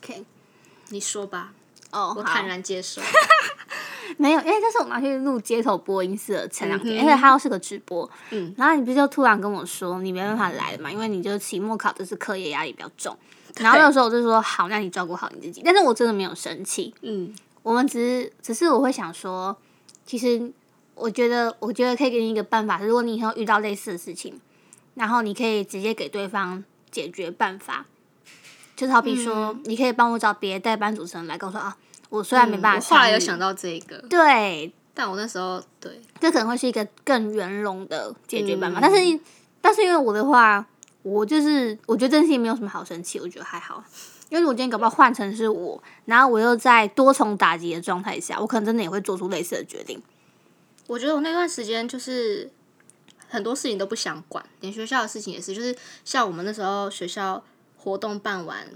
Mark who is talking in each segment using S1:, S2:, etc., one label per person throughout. S1: OK，
S2: 你说吧，
S1: 哦，
S2: 我
S1: 好
S2: 坦然接 受。
S1: 没有，因为这是我们要去录街头播音室的前两天，而且它又是个直播。
S2: 嗯，
S1: 然后你不是就突然跟我说你没办法来了嘛，因为你就期末考这次课业压力比较重。然后那个时候我就说好，那你照顾好你自己。但是我真的没有生气，
S2: 嗯，
S1: 我们只是只是我会想说，其实我觉得我觉得可以给你一个办法，如果你以后遇到类似的事情，然后你可以直接给对方解决办法，就是好比说，
S2: 嗯
S1: 你可以帮我找别的代班主持人来跟我说啊，我虽然没办
S2: 嗯
S1: 法
S2: 我后来
S1: 参与，
S2: 有想到这个，
S1: 对，
S2: 但我那时候对，
S1: 这可能会是一个更圆融的解决办法。
S2: 嗯
S1: 但是，但是因为我的话，我就是我觉得这件事情没有什么好生气，我觉得还好。因为我今天搞不好换成是我，然后我又在多重打击的状态下，我可能真的也会做出类似的决定。
S2: 我觉得我那段时间就是很多事情都不想管，连学校的事情也是，就是像我们那时候学校活动办完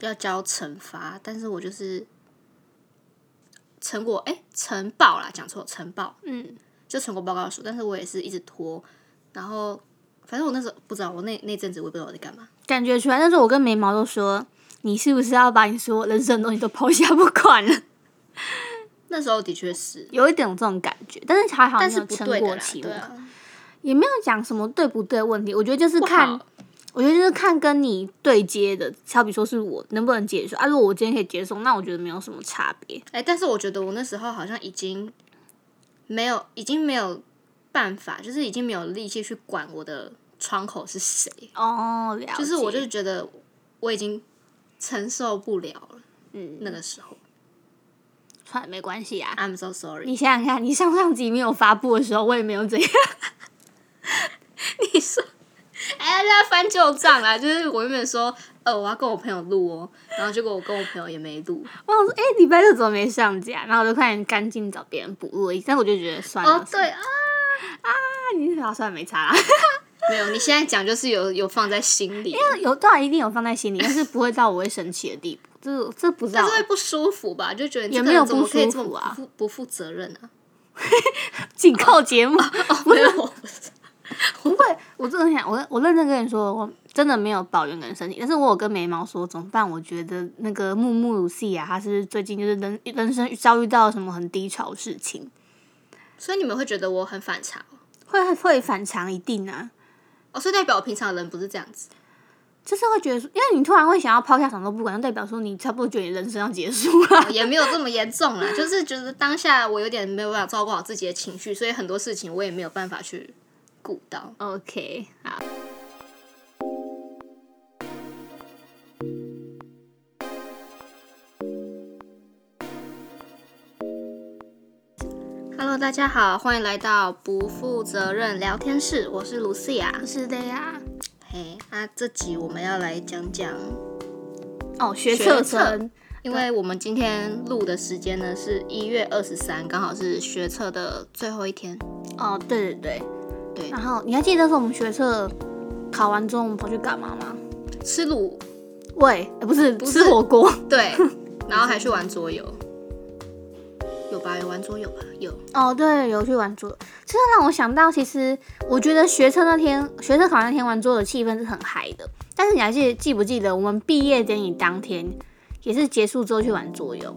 S2: 要交惩罚，但是我就是成果哎呈报啦，讲错呈报
S1: 嗯，
S2: 就成果报告书，但是我也是一直拖，然后反正我那时候不知道，我那那阵子我也不知道我在干嘛，
S1: 感觉出来。但是我跟眉毛都说，你是不是要把你所有人生的东西都抛下不管了？
S2: 那时候的确是，
S1: 有一点这种感觉，但是还好
S2: 但
S1: 你
S2: 是
S1: 有
S2: 不
S1: 撑
S2: 对的
S1: 过
S2: 啦，
S1: 期末
S2: 对啊，
S1: 也没有讲什么对不对的问题，我觉得就是
S2: 不
S1: 看
S2: 好，
S1: 我觉得就是看跟你对接的，好比说是我能不能接受啊。如果我今天可以接受，那我觉得没有什么差别。
S2: 哎、但是我觉得我那时候好像已经没有，已经没有办法，就是已经没有力气去管我的窗口是谁，
S1: 哦，了解。
S2: 就是我就是觉得我已经承受不了了。
S1: 嗯，
S2: 那个时候
S1: 算了，没关系啊。
S2: ，I'm so sorry。
S1: 你想想看，你上上集没有发布的时候，我也没有怎样。
S2: 你说，哎、大家翻旧账 啦，就是我原本说，呃，我要跟我朋友录哦，然后结果我跟我朋友也没录。
S1: 我想说，哎、礼拜六怎么没上架？然后我就快点赶紧找别人补录而已。但我就觉得算了，
S2: 哦，对啊，
S1: 那你好算了没差啦。
S2: 没有，你现在讲就是有有放在心里，
S1: 有当然一定有放在心里，但是不会到我会生气的地步。这这不知道
S2: 但是会不舒服吧？就觉得你
S1: 也
S2: 这
S1: 没
S2: 个
S1: 有
S2: 人怎
S1: 不
S2: 么可以
S1: 舒
S2: 这么
S1: 服啊
S2: 不负不负责任啊？
S1: 紧扣节目。
S2: 哦， 没有，我
S1: 不会，我真的很想，我我认真跟你说，我真的没有抱怨跟生气，但是我有跟眉毛说怎么办？我觉得那个木木鲁西亚，她是不是最近就是人人生遭遇到什么很低潮的事情，
S2: 所以你们会觉得我很反常哦
S1: 会会反常一定啊，
S2: 哦，所以代表我平常人不是这样子。
S1: 就是会觉得说，因为你突然会想要抛下什么都不管，就代表说你差不多觉得你人生要结束了、
S2: 哦也没有这么严重 啦，就是觉得当下我有点没有办法照顾好自己的情绪，所以很多事情我也没有办法去顾到。
S1: OK，好。
S2: Hello，大家好，欢迎来到不负责任聊天室，我是卢西亚。
S1: 是的呀，
S2: 嘿，那、这集我们要来讲讲，
S1: 哦，学
S2: 学
S1: 测
S2: 测
S1: 生，
S2: 因为我们今天录的时间呢是一月二十三，刚好是学测的最后一天。
S1: 哦，对对对，
S2: 对
S1: 然后你还记得那时候我们学测考完之后，我们跑去干嘛吗？
S2: 吃卤
S1: 喂，呃不是
S2: 不
S1: 吃
S2: 是
S1: 火锅。
S2: 对，然后还去玩桌游，有吧？有玩桌游吧？有。
S1: 哦，对，有去玩桌游，这就让我想到，其实我觉得学车那天，学车考那天玩桌游的气氛是很嗨的。但是你还记记不记得，我们毕业典礼当天也是结束之后去玩桌游？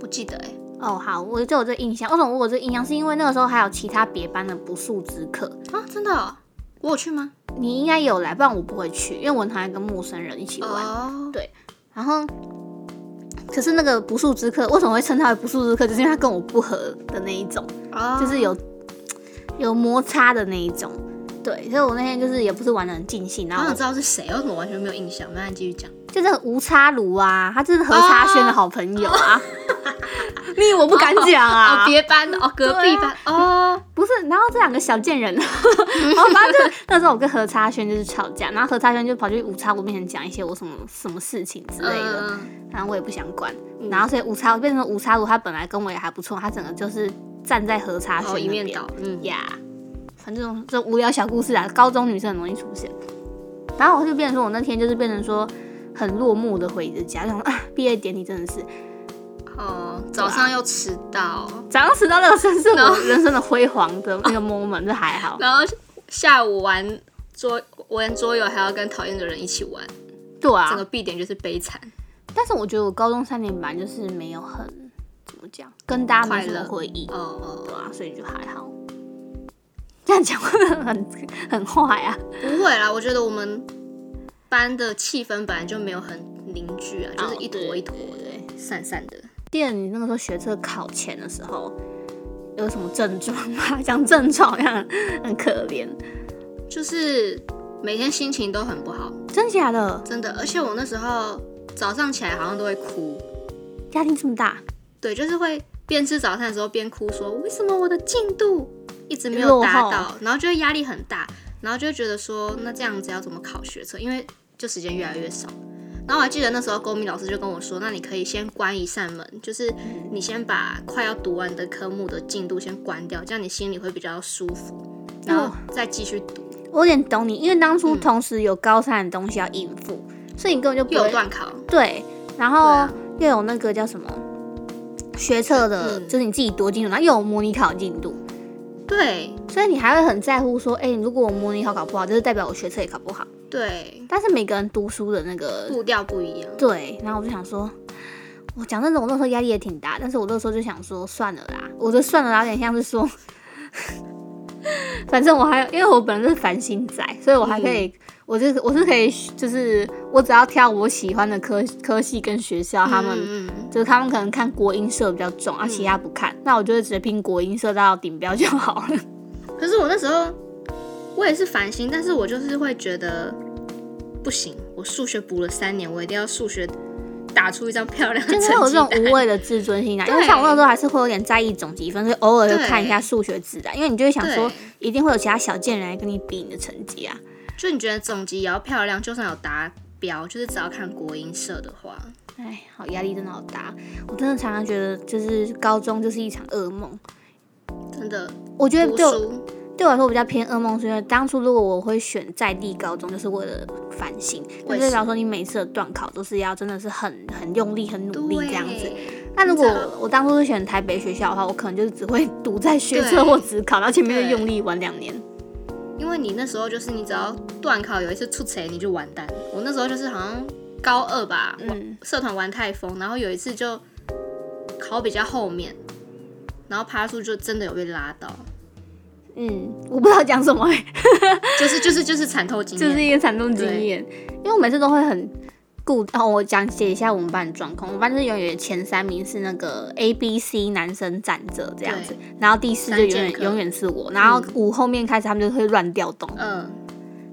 S2: 不记得哎、
S1: 哦，好，我就有这印象。为什么我有这印象？是因为那个时候还有其他别班的不速之客，
S2: 啊，真的哦、我有去吗？
S1: 你应该也有来，不然我不会去，因为我很讨厌跟陌生人一起玩。
S2: 哦，
S1: 然后，可是那个不速之客为什么会称他为不速之客，就是因为他跟我不合的那一种。
S2: 哦
S1: 就是有有摩擦的那一种。对，所以我那天就是也不是玩的很尽兴，然
S2: 好
S1: 后
S2: 想知道是谁，为什么完全没有印象？那你继续讲。
S1: 就是吴差卢啊，他就是何茶轩的好朋友啊。 你以为我不敢讲啊？
S2: 哦，别班的哦，隔壁班、哦，
S1: 不是，然后这两个小贱人，然后反正就那 时候我跟何茶轩就是吵架，然后何茶轩就跑去吴差卢面前讲一些我什么什么事情之类的，
S2: 嗯，
S1: 然后我也不想管，然后所以吴差变成吴差卢，他本来跟我也还不错，他整个就是站在何茶轩
S2: 好
S1: 那
S2: 一
S1: 边
S2: 面倒，嗯，
S1: 呀、反正这种这种无聊小故事啊，高中女生很容易出现。然后我就变成说，我那天就是变成说很落寞的回着家，想说啊，毕业典礼真的是
S2: 哦，早上又迟到，
S1: 早上迟到那个算是我人生的辉煌的那个 moment，这还 好。
S2: 然后下午玩桌玩桌游，还要跟讨厌的人一起玩，
S1: 对
S2: 整
S1: 啊
S2: 个，必点就是悲惨。
S1: 但是我觉得我高中三年班就是没有很怎么讲，跟大家没什么回忆，
S2: 哦哦，
S1: 啊，所以就还好。这样讲会不会很很坏啊？
S2: 不会啦，我觉得我们班的气氛本来就没有很凝聚啊，就是一坨一坨
S1: 哦对。
S2: 的散散的。
S1: 第二，你那个时候学车考前的时候有什么症状吗？ 讲症状好像很可怜，
S2: 就是每天心情都很不好，
S1: 真假的？
S2: 真的。而且我那时候早上起来好像都会哭，
S1: 压力这么大，
S2: 对，就是会边吃早餐的时候边哭说，为什么我的进度一直没有达
S1: 落
S2: 到
S1: 后，
S2: 然后就会压力很大，然后就会觉得说，那这样子要怎么考学测？因为就时间越来越少。然后我还记得那时候公民老师就跟我说，那你可以先关一扇门，就是你先把快要读完的科目的进度先关掉，这样你心里会比较舒服，然
S1: 哦
S2: 后再继续读。
S1: 我有点懂你，因为当初同时有高三的东西要应付，所以你根本就不
S2: 嗯又有
S1: 会
S2: 断考，
S1: 对，然
S2: 对
S1: 后
S2: 啊
S1: 又有那个叫什么学测的，
S2: 嗯
S1: 就是你自己多进度，然后又有模拟考进度，
S2: 对
S1: 所以你还会很在乎说，哎、如果我模拟考考不好，就是代表我学测也考不好。
S2: 对，
S1: 但是每个人读书的那个
S2: 步调不一样。
S1: 对，然后我就想说，我讲真的，我那时候压力也挺大，但是我那时候就想说，算了啦，我的算了啦，有点像是说， 反正我还因为我本来就是烦心仔，所以我还可以，我就我是可以，就是我只要挑我喜欢的科科系跟学校，他们、
S2: 嗯嗯
S1: 就是他们可能看国音社比较重，啊，其他不看，那我就会直接拼国音社到顶标就好了。
S2: 嗯可是我那时候我也是烦心，但是我就是会觉得不行，我数学补了三年，我一定要数学打出一张漂亮的
S1: 就
S2: 成绩
S1: 是有这种
S2: 单。
S1: 无谓的自尊心啊，因
S2: 对
S1: 为像我那时候还是会有点在意总积分，所以偶尔就看一下数学字啊，因为你就会想说
S2: 对，
S1: 一定会有其他小贱人来跟你比你的成绩啊。
S2: 就你觉得总级也要漂亮，就算有达标，就是只要看国音社的话，
S1: 哎，好压力真的好大，我真的常常觉得就是高中就是一场噩梦。
S2: 真的
S1: 我觉得
S2: 读
S1: 对我
S2: 书
S1: 对我来说比较偏噩梦，是因为当初如果我会选在地高中，就是为了反省，
S2: 我
S1: 那
S2: 也
S1: 就是代表说你每次的断考都是要真的是很很用力、很努力这样子。
S2: 对
S1: 那如果
S2: 真的
S1: 我当初是选台北学校的话，我可能就是只会 读在学
S2: 对
S1: 测或职考，然后前面就
S2: 对
S1: 用力玩两年。
S2: 因为你那时候就是你只要断考有一次出错你就完蛋了。我那时候就是好像高二吧，
S1: 嗯
S2: 社团玩太疯，然后有一次就考比较后面，然后趴数就真的有被拉到，
S1: 嗯，我不知道讲什么、欸，
S2: 就是就是就是惨透经
S1: 就是
S2: 验。
S1: 一个惨痛经验。因为我每次都会很固，哦，我讲解一下我们班的状况。我们班就是永远前三名是那个 A、B、C 男生站着这样子，然后第四就
S2: 三嗯
S1: 永
S2: 剑
S1: 远
S2: 客
S1: 永远是我，然后五后面开始他们就会乱调动。
S2: 嗯，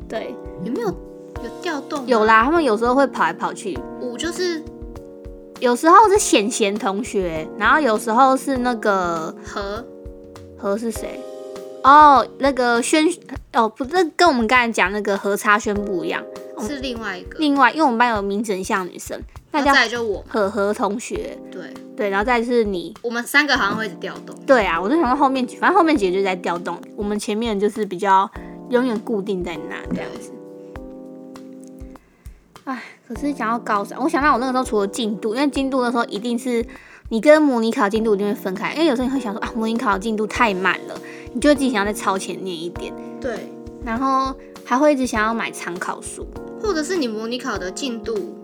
S1: 对，
S2: 有没有有调动？
S1: 有，啦，他们有时候会跑来跑去，
S2: 五就是
S1: 有时候是显贤同学，然后有时候是那个
S2: 和
S1: 何是谁？哦，那个宣哦，不，那跟我们刚才讲那个何差轩不一样。
S2: 是另外一个，
S1: 另外，因为我们班有名字很像的女生，那
S2: 然
S1: 叫
S2: 后再来就我嘛。
S1: 何何同学，
S2: 对，
S1: 对，然后再是你，
S2: 我们三个好像会一直调动。
S1: 对啊，我就想到后面几，反正后面几个就在调动，我们前面就是比较永远固定在那这样子。哎，可是讲到高三，我想到我那个时候除了进度，因为进度的时候一定是你跟模拟考进度一定会分开，因为有时候你会想说啊，模拟考进度太慢了，你就会自己想要再超前念一点，
S2: 对，
S1: 然后还会一直想要买参考书，
S2: 或者是你模拟考的进度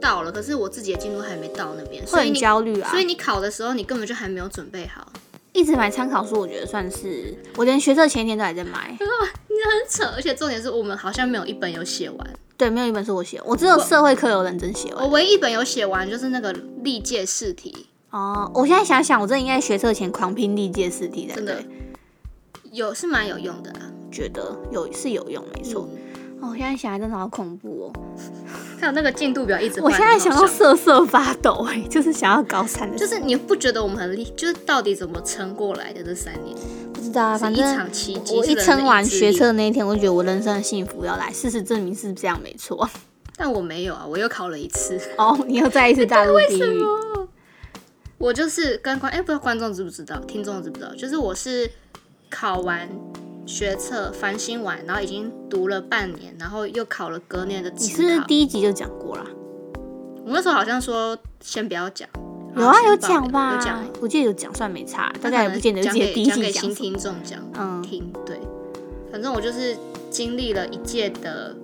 S2: 到了，可是我自己的进度还没到那边，所
S1: 会
S2: 以
S1: 很
S2: 你
S1: 焦虑啊。
S2: 所以你考的时候，你根本就还没有准备好，
S1: 一直买参考书，我觉得算是我连学测前一天都还在买。
S2: 很扯。而且重点是我们好像没有一本有写完，
S1: 对，没有一本是我写的，我只有社会课有认真写
S2: 我
S1: 完。
S2: 唯一一本有写完就是那个历届试题，
S1: 哦，我现在想想，我真的应该学测前狂拼历届试题才
S2: 真的
S1: 对，
S2: 有是蛮有用的啦。
S1: 觉得有是有用，没错。哦，我现在想来真的好恐怖哦！
S2: 还有那个进度表一直换，
S1: 我现在想
S2: 很好
S1: 要
S2: 笑
S1: 瑟瑟发抖哎、 就是想要高三的，
S2: 就是你不觉得我们很厉，就是到底怎么撑过来的这三年？
S1: 不知道啊，
S2: 是
S1: 反
S2: 一
S1: 正
S2: 场奇迹，
S1: 我
S2: 是
S1: 一
S2: 人的
S1: 撑完
S2: 意志
S1: 学
S2: 力
S1: 测，那一天，我就觉得我人生的幸福要来。事实证明是这样，没错。
S2: 但我没有啊，我又考了一次。
S1: 哦，你又再一次大入 地狱，
S2: 我就是跟观，哎、不知道观众知不知道，听众知不知道，就是我是考完学测，翻新完，然后已经读了半年，然后又考了隔年的
S1: 你
S2: 职
S1: 是不是
S2: 考。
S1: 第一集就讲过啦？
S2: 我那时候好像说先不要讲，
S1: 有
S2: 然后
S1: 啊，
S2: 先
S1: 有
S2: 爆
S1: 讲
S2: 雷
S1: 吧？
S2: 有讲，
S1: 我记得有讲，算没差，大
S2: 但
S1: 家也
S2: 可
S1: 不
S2: 能
S1: 见得
S2: 讲
S1: 记得
S2: 给
S1: 第一
S2: 讲
S1: 集
S2: 给
S1: 讲
S2: 新
S1: 什么。
S2: 听众讲，
S1: 嗯
S2: 听对，反正我就是经历了一届的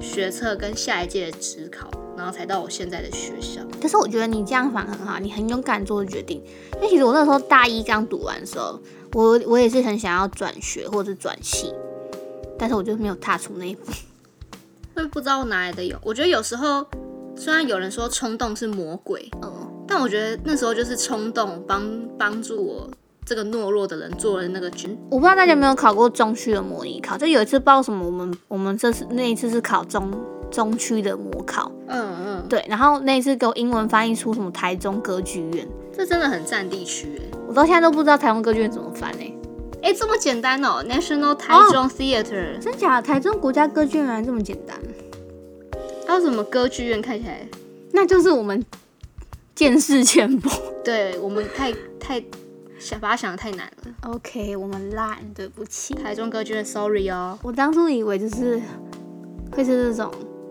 S2: 学测跟下一届的职考，然后才到我现在的学校。
S1: 可是我觉得你这样反而很好，你很勇敢做决定。因为其实我那时候大一刚读完的时候，我我也是很想要转学或者是转系，但是我就没有踏出那一步。
S2: 会不知道哪来的勇。我觉得有时候虽然有人说冲动是魔鬼，
S1: 嗯，
S2: 但我觉得那时候就是冲动帮帮助我这个懦弱的人做了那个决。
S1: 我不知道大家有没有考过中区的模拟考，就有一次不知道什么，我们我们这次那一次是考中中区的模考，
S2: 嗯
S1: 对，然后那一次给我英文翻译出什么台中歌剧院，
S2: 嗯，这真的很占地区哎、
S1: 我到现在都不知道台中歌剧院怎么翻哎、
S2: 哎、这么简单哦，National 台中 Theater，、
S1: 真假的？台中国家歌剧院原来这么简单？
S2: 还有什么歌剧院？看起来，
S1: 那就是我们见识浅薄。
S2: 对我们太太想把它想的太难了。
S1: OK，我们烂，对不起。
S2: 台中歌剧院，sorry 哦。
S1: 我当初以为就是会是这种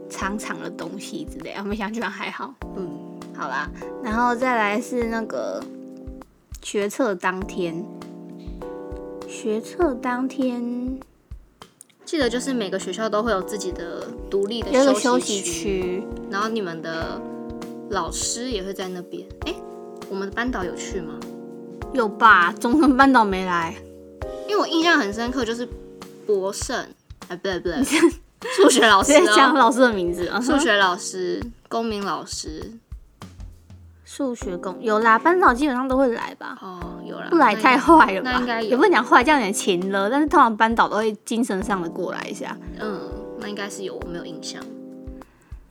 S1: 长长的东西之类的，啊没想到居然还好。
S2: 嗯，
S1: 好啦，然后再来是那个学测当天，学测当天
S2: 记得就是每个学校都会有自己的独立的
S1: 有一个
S2: 休
S1: 休息区，
S2: 然后你们的老师也会在那边。哎，我们的班导有去吗？
S1: 有吧？中山半岛没 来，
S2: 因为我印象很深刻，就是博胜，哎，不对不对，数学老 师、
S1: 直接讲
S2: 哦，
S1: 老师的名字啊。
S2: 数学老师、公民老师，
S1: 数学工有啦，班导基本上都会来吧。
S2: 哦，有啦，
S1: 不来
S2: 那
S1: 太坏了吧？
S2: 那应该有
S1: 也不能讲坏，这样也勤了。但是通常班导都会精神上的过来一下。
S2: 嗯，那应该是有，我没有印象，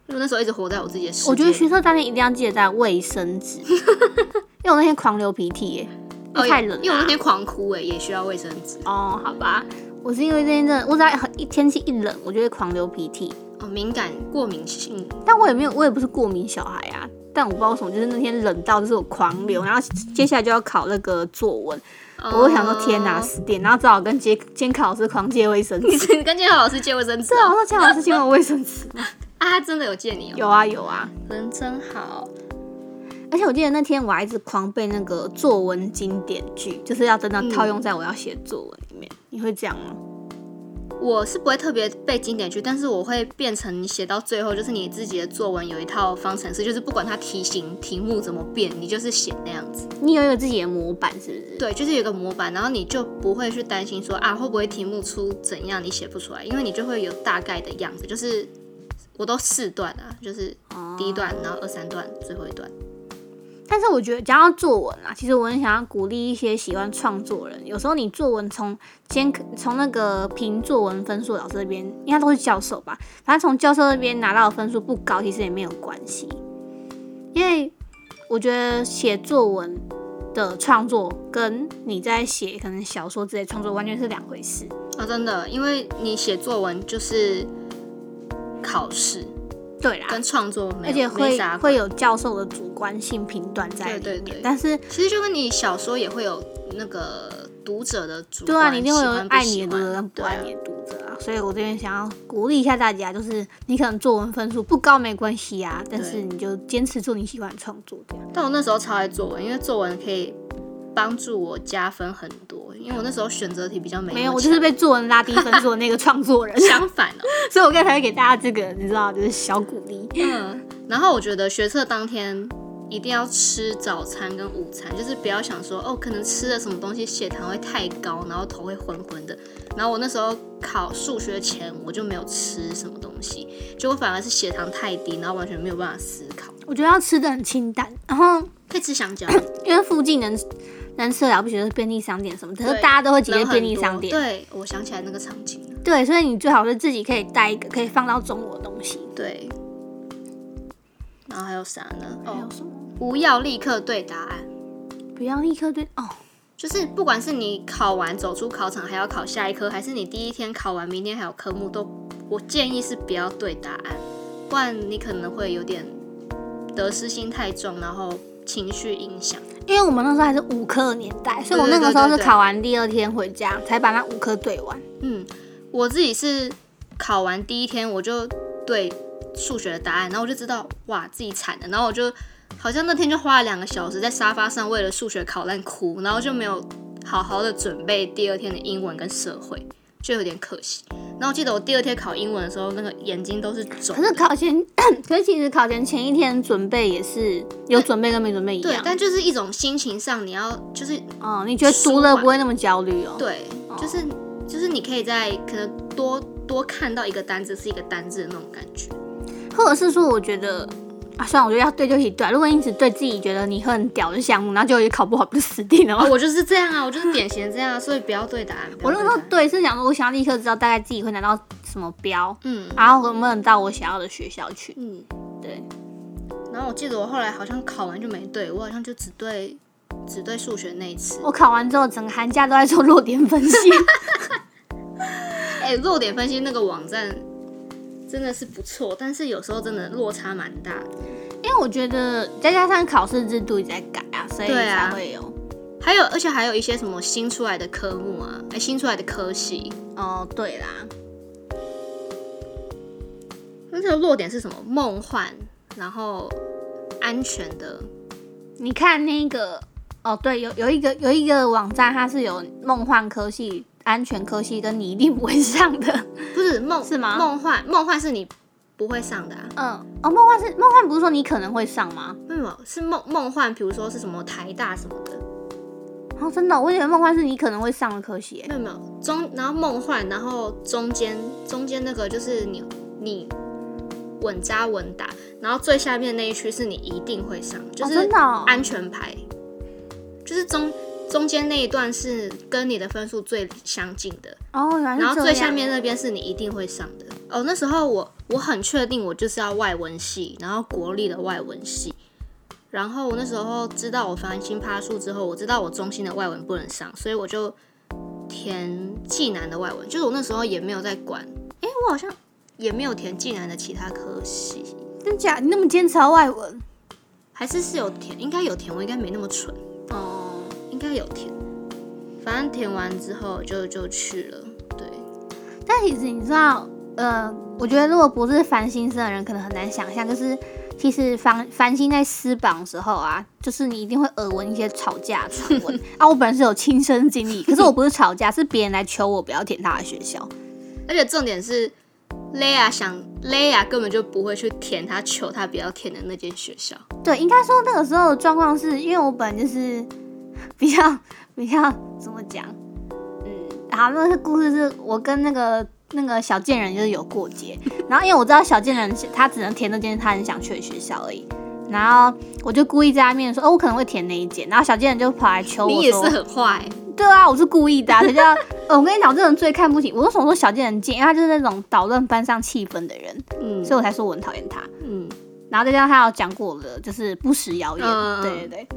S2: 因为我那时候一直活在我自己的世界里。
S1: 我觉得学测当天一定要记得带卫生纸， 因为我那天狂流鼻涕耶，
S2: 哦
S1: 太冷
S2: 因为我那
S1: 了啊
S2: 天狂哭哎、也需要卫生纸。
S1: 哦，好吧，我是因为那天真的，我只要很一天气一冷，我就会狂流鼻涕。
S2: 哦，敏感过敏性，
S1: 但我也没有，我也不是过敏小孩啊。但我不知道为什么，就是那天冷到就是我狂流，然后接下来就要考那个作文，我就想说天哪，
S2: 哦！
S1: 死定！然后只好跟监监考老师狂借卫生纸。
S2: 你跟监考老师借卫生纸
S1: 对啊， 我
S2: 哦、
S1: 说监考老师借我卫生纸吗？
S2: 啊？他真的有借你哦、
S1: 有啊有啊，
S2: 人真好。
S1: 而且我记得那天我还一直狂背那个作文经典句，就是要真的套用在我要写作文里面。嗯你会这样吗？
S2: 我是不会特别背经典句，但是我会变成你写到最后，就是你自己的作文有一套方程式，就是不管它题型、题目怎么变，你就是写那样子。
S1: 你有一个自己的模板是不是？
S2: 对，就是有一个模板，然后你就不会去担心说啊会不会题目出怎样你写不出来，因为你就会有大概的样子，就是我都四段啊，就是
S1: 哦
S2: 第一段，然后二三段，最后一段。
S1: 但是我觉得讲到作文啊，其实我很想要鼓励一些喜欢创作人。有时候你作文从先从那个评作文分数老师那边，应该都是教授吧，反正从教授那边拿到的分数不高，其实也没有关系，因为我觉得写作文的创作跟你在写可能小说之类创作完全是两回事。
S2: 啊，真的，因为你写作文就是考试
S1: 对啦，
S2: 跟创作没有
S1: 而且
S2: 没
S1: 会
S2: 啥关
S1: 会有教授的主观性评断在里
S2: 对
S1: 面，
S2: 对对
S1: 但是
S2: 其实就跟你小说也会有那个读者的主
S1: 对
S2: 观，
S1: 啊，你一定会
S2: 喜
S1: 有
S2: 欢不
S1: 爱
S2: 喜
S1: 你的读者
S2: 欢
S1: 跟不
S2: 对啊
S1: 爱你的读者啊。所以我这边想要鼓励一下大家，就是你可能作文分数不高没关系啊，但是
S2: 对
S1: 你就坚持做你喜欢的创作这样。
S2: 但我那时候超爱作文，因为作文可以帮助我加分很多，因为我那时候选择题比较没
S1: 没
S2: 那
S1: 有，
S2: 么
S1: 我就是
S2: 强
S1: 被作文拉低分数的那个创作人，啊
S2: 相反哦。
S1: 所以我刚才会给大家这个你知道就是小鼓励。
S2: 嗯，然后我觉得学测当天一定要吃早餐跟午餐，就是不要想说哦，可能吃了什么东西血糖会太高，然后头会昏昏的。然后我那时候考数学前我就没有吃什么东西，结果反而是血糖太低，然后完全没有办法思考。
S1: 我觉得要吃的很清淡，然后
S2: 可以吃香蕉，
S1: 因为附近能能吃的了不起就是便利商店什么的， 可是
S2: 对
S1: 大家都会挤
S2: 人
S1: 去
S2: 很
S1: 便利
S2: 多
S1: 商店。
S2: 对，我想起来那个场景了。
S1: 对，所以你最好是自己可以带一个可以放到中午的东西。
S2: 对，然后还有啥呢？
S1: 还
S2: 哦
S1: 有，什么？
S2: 不要立刻对答案，
S1: 不要立刻对哦，
S2: 就是不管是你考完走出考场还要考下一科，还是你第一天考完明天还有科目，都我建议是不要对答案，不然你可能会有点得失心太重，然后情绪影响。
S1: 因为我们那时候还是五科的年代，所以我那个时候是考完第二天回家才把那五科对完。
S2: 嗯，我自己是考完第一天我就对数学的答案，然后我就知道哇自己惨了，然后我就好像那天就花了两个小时在沙发上为了数学考烂哭，然后就没有好好的准备第二天的英文跟社会，就有点可惜。然后我记得我第二天考英文的时候，那个眼睛都是肿
S1: 可是
S2: 的。
S1: 考前， 可是其实考前前一天准备也是有准备跟没准备一
S2: 对
S1: 样，。
S2: 但就是一种心情上，你要就是
S1: 哦，你觉得读了不会那么焦虑哦？
S2: 对，就是就是你可以在可能多多看到一个单字是一个单字的那种感觉。
S1: 或者是说，我觉得啊，算了，我觉得要对就一起对啊。如果你只对自己觉得你很屌的项目，然后结果也考不好，不就死定了
S2: 啊，
S1: 吗？
S2: 我就是这样啊，我就是典型的这样啊，所以不要对答案。不
S1: 我
S2: 要
S1: 那
S2: 对
S1: 时候
S2: 答案，
S1: 对是想说，我想要立刻知道大概自己会拿到什么标，
S2: 嗯
S1: 然后能不能到我想要的学校去。
S2: 嗯。
S1: 对，
S2: 然后我记得我后来好像考完就没对，我好像就只对只对数学那一次。
S1: 我考完之后，整个寒假都在做弱点分析。
S2: 哎、弱点分析那个网站真的是不错，但是有时候真的落差蛮大的。
S1: 因为我觉得再加上考试制度一直在改啊，所以
S2: 对啊
S1: 才会有。
S2: 还有，而且还有一些什么新出来的科目啊，哎、新出来的科系，
S1: 哦，对啦，
S2: 那这个弱点是什么？梦幻，然后安全的，
S1: 你看那个哦，对，有有一个有一个网站，它是有梦幻科系、安全科系，跟你一定不会上的。
S2: 不是梦
S1: 是吗
S2: 梦幻，梦幻是你不会上的啊，
S1: 嗯，哦，梦幻是梦幻，不是说你可能会上吗？
S2: 没有是梦梦幻，比如说是什么台大什么的，
S1: 哦，真的哦、我以为梦幻是你可能会上的科系耶。
S2: 没有没有中，然后梦幻，然后中间中间那个就是你你稳扎稳打，然后最下面那一区是你一定会上，就
S1: 哦，
S2: 是
S1: 真的、哦，
S2: 安全牌，就是中中间那一段是跟你的分数最相近的，
S1: 哦，原来是
S2: 然后
S1: 这
S2: 最
S1: 样
S2: 下面那边是你一定会上的。哦，那时候我我很确定我就是要外文系，然后国立的外文系。然后我那时候知道我繁星趴数之后，我知道我中心的外文不能上，所以我就填暨南的外文。就是我那时候也没有在管，诶，我好像也没有填暨南的其他科系，
S1: 真假？你那么坚持要外文？
S2: 还是是有填，应该有填，我应该没那么蠢，
S1: 哦，
S2: 应该有填。反正填完之后就就去了，对，
S1: 但其实你知道，呃，我觉得如果不是烦心生的人，可能很难想象，就是其实烦烦心在撕榜的时候啊，就是你一定会耳闻一些吵架的传闻啊。我本人是有亲身经历，可是我不是吵架，是别人来求我不要填他的学校。
S2: 而且重点是，Lea 想 Lea 根本就不会去填他求他不要填的那间学校。
S1: 对，应该说那个时候的状况是因为我本来就是 比较比较怎么讲，嗯，好，那个故事是我跟那个那个小贱人就是有过节，然后因为我知道小贱人是他只能填那间他很想去的学校而已，然后我就故意在他面前说，哦，我可能会填那一间，然后小贱人就跑来哦求我
S2: 你
S1: 说，
S2: 也是很坏，
S1: 对啊，我是故意的、啊，谁叫、呃我跟你讲，这种最看不起，我为什么说小贱人贱？因为他就是那种捣乱班上气氛的人，
S2: 嗯
S1: 所以我才说我很讨厌他。
S2: 嗯，
S1: 然后再加上他有讲过我的就是不实谣言，
S2: 嗯嗯嗯
S1: 对对对。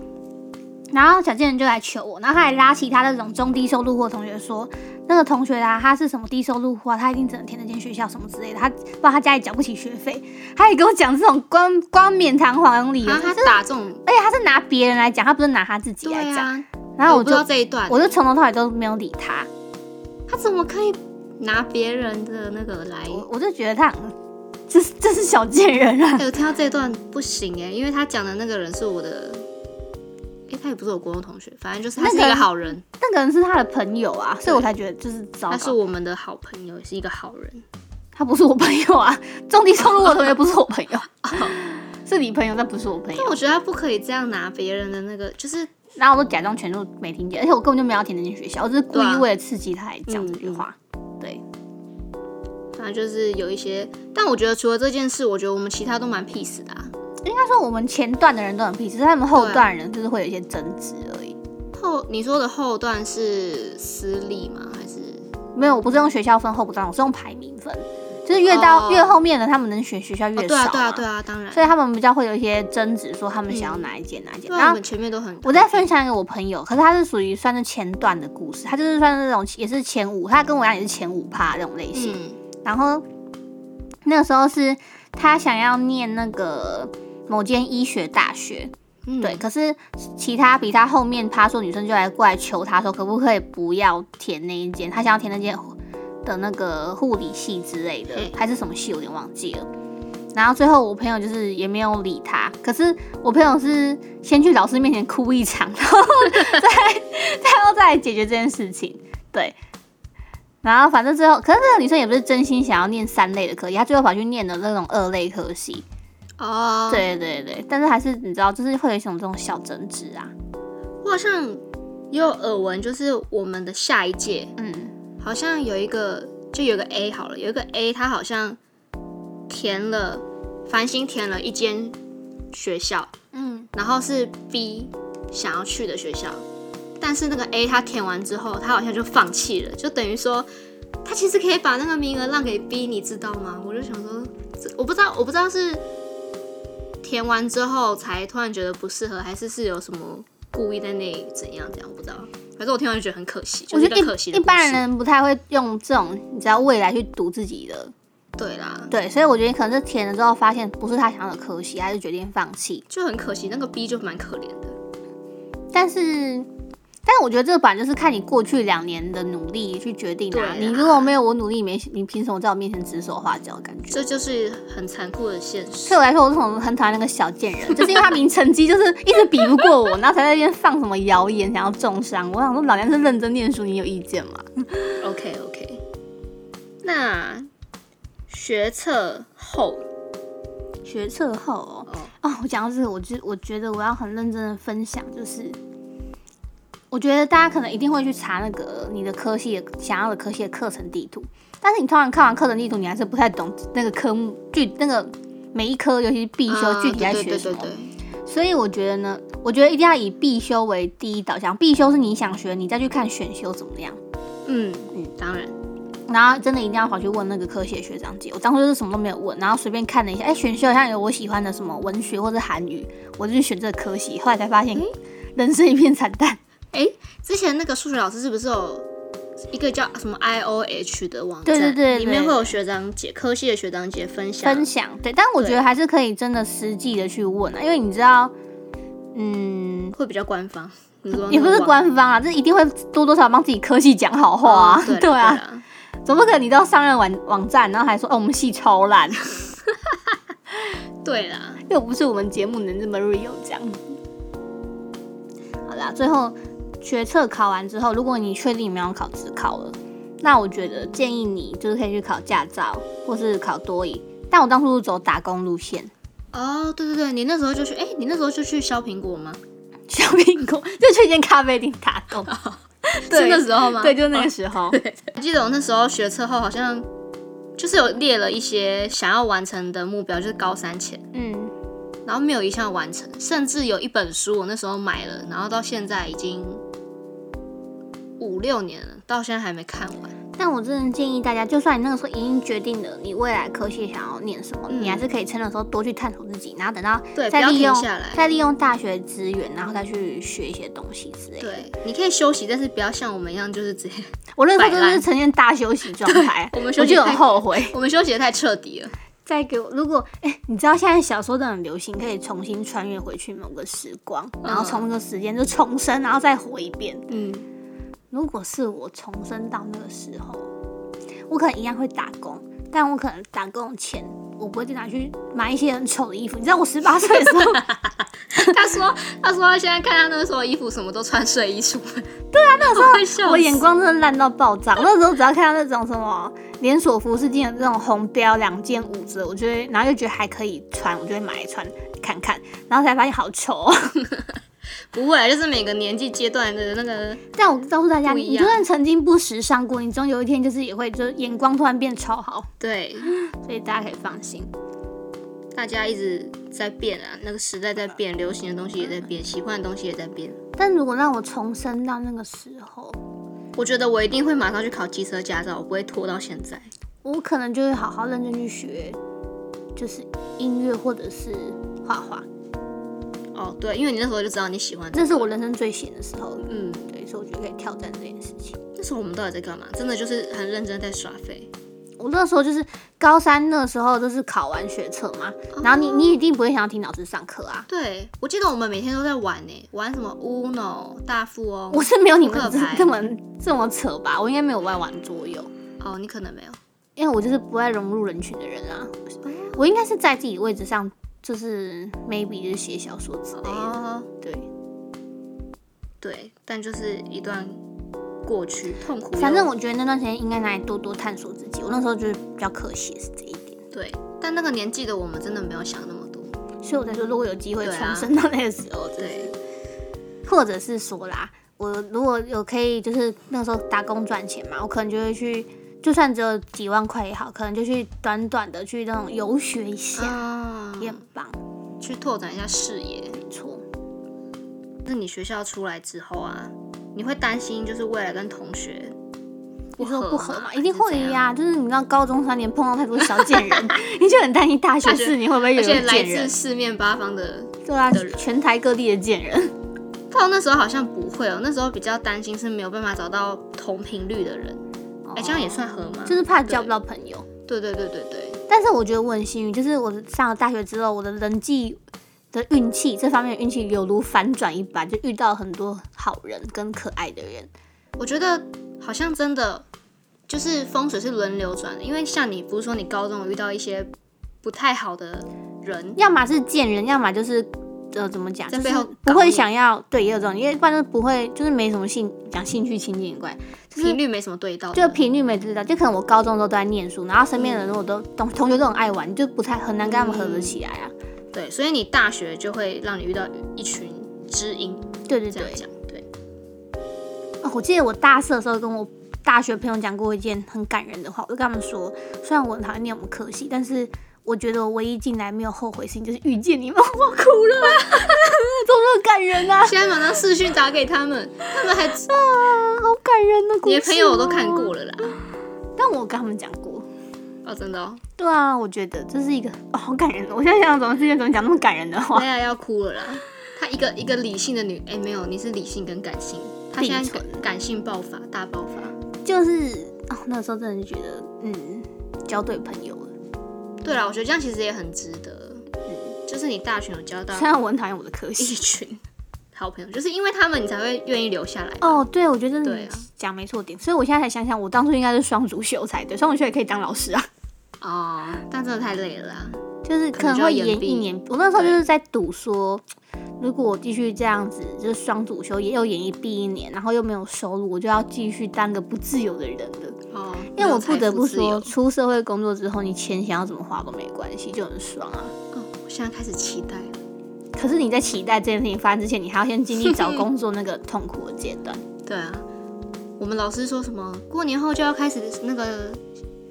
S1: 然后小贱人就来求我，然后他还拉其他那种中低收入户的同学说，那个同学啊，他是什么低收入户啊，他一定只能填那间学校什么之类的，他不知道他家里缴不起学费，他也给我讲这种 冠冠冕堂皇的理由，
S2: 然后
S1: 他
S2: 啊他
S1: 啊是
S2: 打这种，
S1: 而且他是拿别人来讲，他不是拿他自己来
S2: 对
S1: 讲，
S2: 啊，
S1: 然后
S2: 我
S1: 我
S2: 不
S1: 就
S2: 知道这一段，
S1: 我就从头到尾都没有理他，
S2: 他怎么可以拿别人的那个来？
S1: 我我就觉得他很这是这是小贱人啊
S2: 哎、，我听到这一段不行哎、因为他讲的那个人是我的，哎、他也不是我国中同学，反正就是他是一
S1: 那个
S2: 个
S1: 人
S2: 好人，
S1: 那个人是他的朋友啊，所以我才觉得就是糟糕
S2: 他。是我们的好朋友，也是一个好人。
S1: 他不是我朋友啊，中低收入的同学不是我朋 友，是你朋友，但不是我朋友
S2: 但。我觉得他不可以这样拿别人的那个，就是
S1: 然后我都假装全都没听见，而且我根本就没有要填那间学校，我只是故
S2: 对
S1: 意
S2: 啊嗯
S1: 为了刺激他来讲这句话。对，
S2: 反正就是有一些，但我觉得除了这件事，我觉得我们其他都蛮 peace 的、啊。
S1: 应该说我们前段的人都很 peace，只是他们后段的人就是会有一些争执而已。
S2: 后你说的后段是私立吗？还是哦
S1: 没有，我不是用学校分后不段，我是用排名分，就是越到、
S2: 哦
S1: 越后面的他们能选学校
S2: 哦
S1: 越
S2: 对
S1: 少、
S2: 啊对啊对
S1: 啊。
S2: 啊，当然。
S1: 所以他们比较会有一些争执，说他们想要哪一间、哪一间。
S2: 对
S1: 然
S2: 啊，我
S1: 后
S2: 们前面都很
S1: 我再分享一个我朋友，可是他是属于算是前段的故事，他就是算是那种也是前五，他跟我一样也是前五趴那种类型。
S2: 嗯
S1: 然后那个时候是他想要念那个某间医学大学，
S2: 嗯
S1: 对，可是其他比他后面趴数女生就来过来求他说，可不可以不要填那一间，他想要填那间的那个护理系之类的
S2: 嘿，
S1: 还是什么系，有点忘记了。然后最后我朋友就是也没有理他，可是我朋友是先去老师面前哭一 场，然后再再后再来解决这件事情。对，然后反正最后，可是这个女生也不是真心想要念三类的科系，她最后跑去念了那种二类科系。
S2: 哦，，
S1: 对对对，但是还是你知道，就是会有一种这种小争执啊。
S2: 我好像也有耳闻，就是我们的下一届
S1: 嗯，
S2: 好像有一个，就有一个 A 好了，有一个 A 他好像填了繁星填了一间学校，
S1: 嗯，
S2: 然后是 B 想要去的学校，但是那个 A 他填完之后，他好像就放弃了，就等于说他其实可以把那个名额让给 B，你知道吗？我就想说，这我不知道，我不知道是填完之后才突然觉得不适合，还是是有什么故意在那里怎样怎样，我不知道。反正我听完就觉得很可惜，就
S1: 我
S2: 是
S1: 觉
S2: 一
S1: 得
S2: 个可惜
S1: 一
S2: 的
S1: 一
S2: 故事
S1: 般人不太会用这种，你知道未来去赌自己的。
S2: 对啦，
S1: 对，所以我觉得可能是填了之后发现不是他想要的科系，他就决定放弃。
S2: 就很可惜，那个 B 就蛮可怜的。
S1: 但是，但我觉得这个版就是看你过去两年的努力去决定的、啊。
S2: 对
S1: 你
S2: 啦
S1: 如果没有我努力，没你凭什么在我面前指手画脚？感觉
S2: 这就是很残酷的现实
S1: 对。我来说，我是很很讨厌那个小贱人，就是因为他明成绩就是一直比不过我，然后才在那边放什么谣言，想要重伤我。想说，老娘是认真念书，你有意见吗？
S2: OK OK，那学测后
S1: 学测后哦，
S2: 哦，
S1: 哦，我讲到这个，我就我觉得我要很认真的分享，就是我觉得大家可能一定会去查那个你的科系的想要的科系的课程地图，但是你通常看完课程地图，你还是不太懂那个科目具那个每一科，尤其是必修、
S2: 啊
S1: 具体在
S2: 对
S1: 学
S2: 对
S1: 什
S2: 对
S1: 么。
S2: 对
S1: 所以我觉得呢，我觉得一定要以必修为第一导向，必修是你想学，你再去看选修怎么样。
S2: 对，嗯嗯，当然，
S1: 然后真的一定要跑去问那个科系的学长姐。我当初就是什么都没有问，然后随便看了一下，哎，选修好像有我喜欢的什么文学或者韩语，我就去选这个科系。后来才发现， 人生一片惨淡。
S2: 之前那个数学老师是不是有一个叫什么 I O H 的网站？
S1: 对对对对
S2: 里面会有学长姐科系的学长姐分享。
S1: 分享对，但我觉得还是可以真的实际的去问啊，因为你知道，嗯，
S2: 会比较官方，你说
S1: 也不是官方啊，这一定会多多少少帮自己科系讲好话啊，
S2: 哦对
S1: 对啊，
S2: 啦
S1: 总不可能你到上任网网站，然后还说哦我们系超烂，
S2: 对啦，
S1: 又不是我们节目能这么 real 这样。好啦，最后学测考完之后，如果你确定你没有考职考了，那我觉得建议你就是可以去考驾照或是考多 语。但我当初是走打工路线，
S2: 哦，对对对，你那时候就去，哎，你那时候就去削苹果吗？
S1: 小苹果就去一间咖啡厅打工。
S2: 是那时候吗？
S1: 对，就是那个时候。
S2: 我记得我那时候学车后，好像就是有列了一些想要完成的目标，就是高三前，
S1: 嗯，
S2: 然后没有一项完成，甚至有一本书我那时候买了，然后到现在已经五六年了，到现在还没看完。
S1: 但我真的建议大家，就算你那个时候已经决定了你未来科系想要念什么，
S2: 嗯
S1: 你还是可以趁那时候多去探索自己，然后等到
S2: 对，不
S1: 再
S2: 要
S1: 利
S2: 停
S1: 用
S2: 下来。
S1: 再利用大学资源，然后再去学一些东西之类的。
S2: 对，你可以休息，但是不要像我们一样，就是直接
S1: 我那时候
S2: 摆
S1: 真
S2: 烂
S1: 的是呈现大休息状态，
S2: 我们休
S1: 我
S2: 息
S1: 就
S2: 太
S1: 很 后悔。
S2: 我们休息的太彻底了。
S1: 再给我，如果哎、你知道现在小说都很流行，可以重新穿越回去某个时光，然后从那个时间就重生，然后再活一遍。
S2: 嗯，
S1: 如果是我重生到那个时候，我可能一样会打工，但我可能打工的钱。我不会再拿去买一些很丑的衣服。你知道我十八岁的时候，
S2: 他说， 他说他现在看他那个时候衣服什么都穿睡衣出门。对啊，那时候
S1: 我眼光真的烂到爆炸。我那时候只要看到那种什么连锁服饰店的那种红标两件五折，我就会，然后就觉得还可以穿，我就会买来穿看看，然后才发现好丑、哦。
S2: 不会啊，就是每个年纪阶段的那个
S1: 但我告诉大家，
S2: 不一样
S1: 你就算曾经不时尚过，你终有一天就是也会，就是眼光突然变超好，
S2: 对。
S1: 所以大家可以放心。
S2: 大家一直在变啊，那个时代在变，流行的东西也在变，喜欢的东西也在变。
S1: 但如果让我重生到那个时候，
S2: 我觉得我一定会马上去考机车驾照，我不会拖到现在。
S1: 我可能就会好好认真去学，就是音乐或者是画画，
S2: 哦，对，因为你那时候就知道你喜欢这
S1: 那
S2: 个。
S1: 是我人生最闲的时候。
S2: 嗯，
S1: 对，所以我觉得可以挑战这件事情。
S2: 那时候我们到底在干嘛？真的就是很认真在耍废。
S1: 我那时候就是高三那时候，就是考完学测嘛，
S2: 哦
S1: 然后你你一定不会想要听老师上课啊。
S2: 对，我记得我们每天都在玩呢、玩什么 Uno、大富翁。
S1: 我是没有你们
S2: 扑克
S1: 这
S2: 牌
S1: 这么这么扯吧？我应该没有爱玩桌游，
S2: 哦，你可能没有。
S1: 因为我就是不爱融入人群的人啊。我应该是在自己位置上，就是 maybe 就是写小说之类的。
S2: 哦，
S1: 对，
S2: 对，但就是一段过去，痛苦又。
S1: 反正我觉得那段时间应该拿来多多探索自己。我那时候就是比较可惜的是这一点，
S2: 对，但那个年纪的我们真的没有想那么多。
S1: 所以我才说如果有机会
S2: 对啊
S1: 重生到那个时候，就是
S2: 对，
S1: 或者是说啦，我如果有可以，就是那时候打工赚钱嘛，我可能就会去，就算只有几万块也好，可能就去短短的去那种游学一下，
S2: 啊，
S1: 也很棒，
S2: 去拓展一下视野。
S1: 没错。
S2: 那你学校出来之后啊，你会担心就是未来跟同学
S1: 你
S2: 合啊
S1: 说不合
S2: 吗
S1: 嘛，一定会。
S2: 还是怎样
S1: 呀、就是你知道高中三年碰到太多小贱 人，你就很担心大学
S2: 大学
S1: 四年会不会有
S2: 而且来
S1: 贱
S2: 自
S1: 人？
S2: 四面八方的，
S1: 对啊
S2: 的人，
S1: 全台各地的贱人，
S2: 到那时候好像不会哦。那时候比较担心是没有办法找到同频率的人，哎、这样也算合吗？
S1: 就是怕交不到朋友。
S2: 对对对对对，
S1: 但是我觉得我很幸运，就是我上了大学之后，我的人际的运气这方面的运气有如反转一般，就遇到很多好人跟可爱的人。
S2: 我觉得好像真的就是风水是轮流转的，因为像你不是说你高中有遇到一些不太好的人，
S1: 要么是贱人，要么就是呃怎么讲，
S2: 在
S1: 就是
S2: 背后
S1: 不
S2: 搞
S1: 会
S2: 你
S1: 想要对，也有这种，因为不然就是不会，就是没什么兴讲兴趣亲近也怪，就是
S2: 频率没什么对到的
S1: 就
S2: 人，
S1: 频率没知道，就可能我高中的时候都在念书，然后身边的人我都同同学都很爱玩，就不太很难跟他们合
S2: 嗯
S1: 得起来啊。
S2: 对，所以你大学就会让你遇到一群知音，
S1: 对对
S2: 这
S1: 对
S2: 样，讲，对，
S1: 哦，我记得我大四的时候跟我大学朋友讲过一件很感人的话，我就跟他们说，虽然我很讨厌念我们科系，但是我觉得我唯一进来没有后悔的事情就是遇见你们， 我哭了， 怎么那么感人啊？
S2: 现在马上视讯打给他们，他们还
S1: 啊，好感人的故
S2: 你
S1: 事、哦
S2: 的朋友我都看，过了啦，
S1: 但我跟他们讲过。
S2: 哦，真的哦，
S1: 对啊，我觉得这是一个哦，好感人。我现在想想，怎么之前怎么讲那么感人的话
S2: 薇？娅要哭了啦。她一个一个理性的女，哎、没有，你是理性跟感性，她现在
S1: 并存
S2: 感感性爆发，大爆发。
S1: 就是哦，那时候真的就觉得，嗯，交对朋友了。
S2: 对啦，我觉得这样其实也很值得，嗯，就是你大群有交到
S1: 虽然我很讨厌我的科
S2: 一
S1: 系。
S2: 群好朋友，就是因为他们你才会愿意留下来。
S1: 哦，对，我觉得
S2: 对
S1: 你
S2: 啊
S1: 讲没错点，所以我现在才想想，我当初应该是双主修才
S2: 嗯
S1: 对，双主修也可以当老师啊，
S2: 哦，但真的太累了啦。
S1: 就是
S2: 可
S1: 可
S2: 能
S1: 能
S2: 就要
S1: 会
S2: 延
S1: 延
S2: 毕
S1: 一年。我那时候就是在赌说，如果我继续这样子，就是双主修也又延一毕一年，然后又没有收入，我就要继续当个不自由的人了。
S2: 哦，
S1: 因为我不得不
S2: 没
S1: 说，
S2: 有财富
S1: 出社会工作之后，你钱想要怎么花都没关系，就很爽啊。
S2: 自由，哦，我现在开始期待了。
S1: 可是你在期待这件事情发生之前，你还要先经历找工作那个痛苦的阶段。
S2: 对啊，我们老师说什么过年后就要开始那个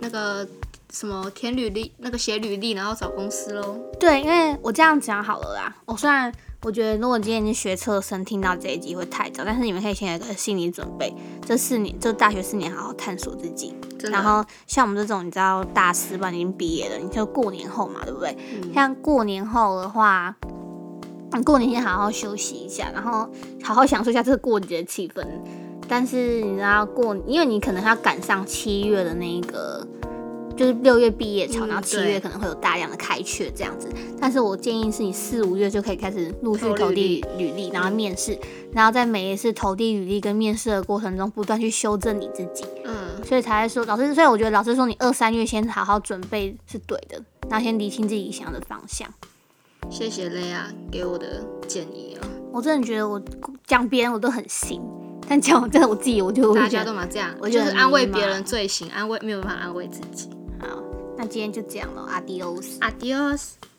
S2: 那个什么填履历，那个写履历，然后找公司喽。
S1: 对，因为我这样讲好了啦。我虽然我觉得，如果今天你是学测生听到这一集会太早，但是你们可以先有一个心理准备，这四年，这大学四年好好探索自己。
S2: 真的
S1: 然后像我们这种，你知道大四吧已经毕业了，你就过年后嘛，对不对？
S2: 嗯
S1: 像过年后的话，你过年先好好休息一下，然后好好享受一下这个过节的气氛。但是你知道过，因为你可能要赶上七月的那个，就是六月毕业潮，
S2: 嗯
S1: 然后七
S2: 对
S1: 月可能会有大量的开缺这样子。但是我建议是你四五月就可以开始陆续
S2: 投
S1: 投
S2: 履
S1: 递履历，然后面试，然后在每一次投递履历跟面试的过程中，不断去修正你自己。
S2: 嗯，
S1: 所以才会说老师，所以我觉得老师说你二三月先好好准备是对的，然后先理清自己想要的方向。
S2: 谢谢雷亚给我的建议啊，
S1: 我真的觉得我讲别人我都很行，但讲我真的我自己，我就
S2: 大
S1: 会
S2: 家
S1: 觉
S2: 都
S1: 得
S2: 嘛这样，
S1: 我
S2: 就
S1: 觉
S2: 是
S1: 得
S2: 安慰
S1: 很迷茫
S2: 别人最行，安慰没有办法安慰自己。
S1: 好。那今天就这样了，Adios。
S2: Adios。